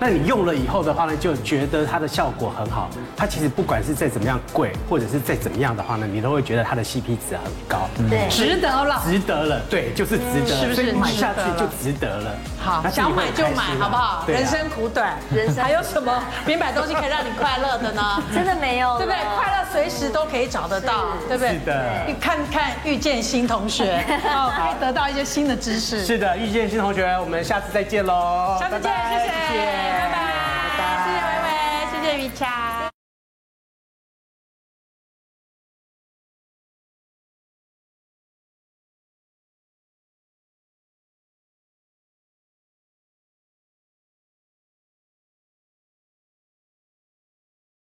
那你用了以后的话呢，就觉得它的效果很好。它其实不管是再怎么样贵，或者是再怎么样的话呢，你都会觉得它的 CP 值很高。对，值得了，值得了，对，就是值得，是不是所以买下去值得了就值得了。好，那自己会想买就很开买，心啊好不好？对啊人生苦短，人生还有什么别买东西可以让你快乐的呢？真的没有了，对不对？快乐随时都可以找得到，对不对？是的你看看遇见新同 [LAUGHS] 学，哦，可以得到一些新的知识。是的，遇见新同学，我们下次再见喽。下次见，拜拜谢谢，拜拜，拜拜谢谢维维，谢谢于谦。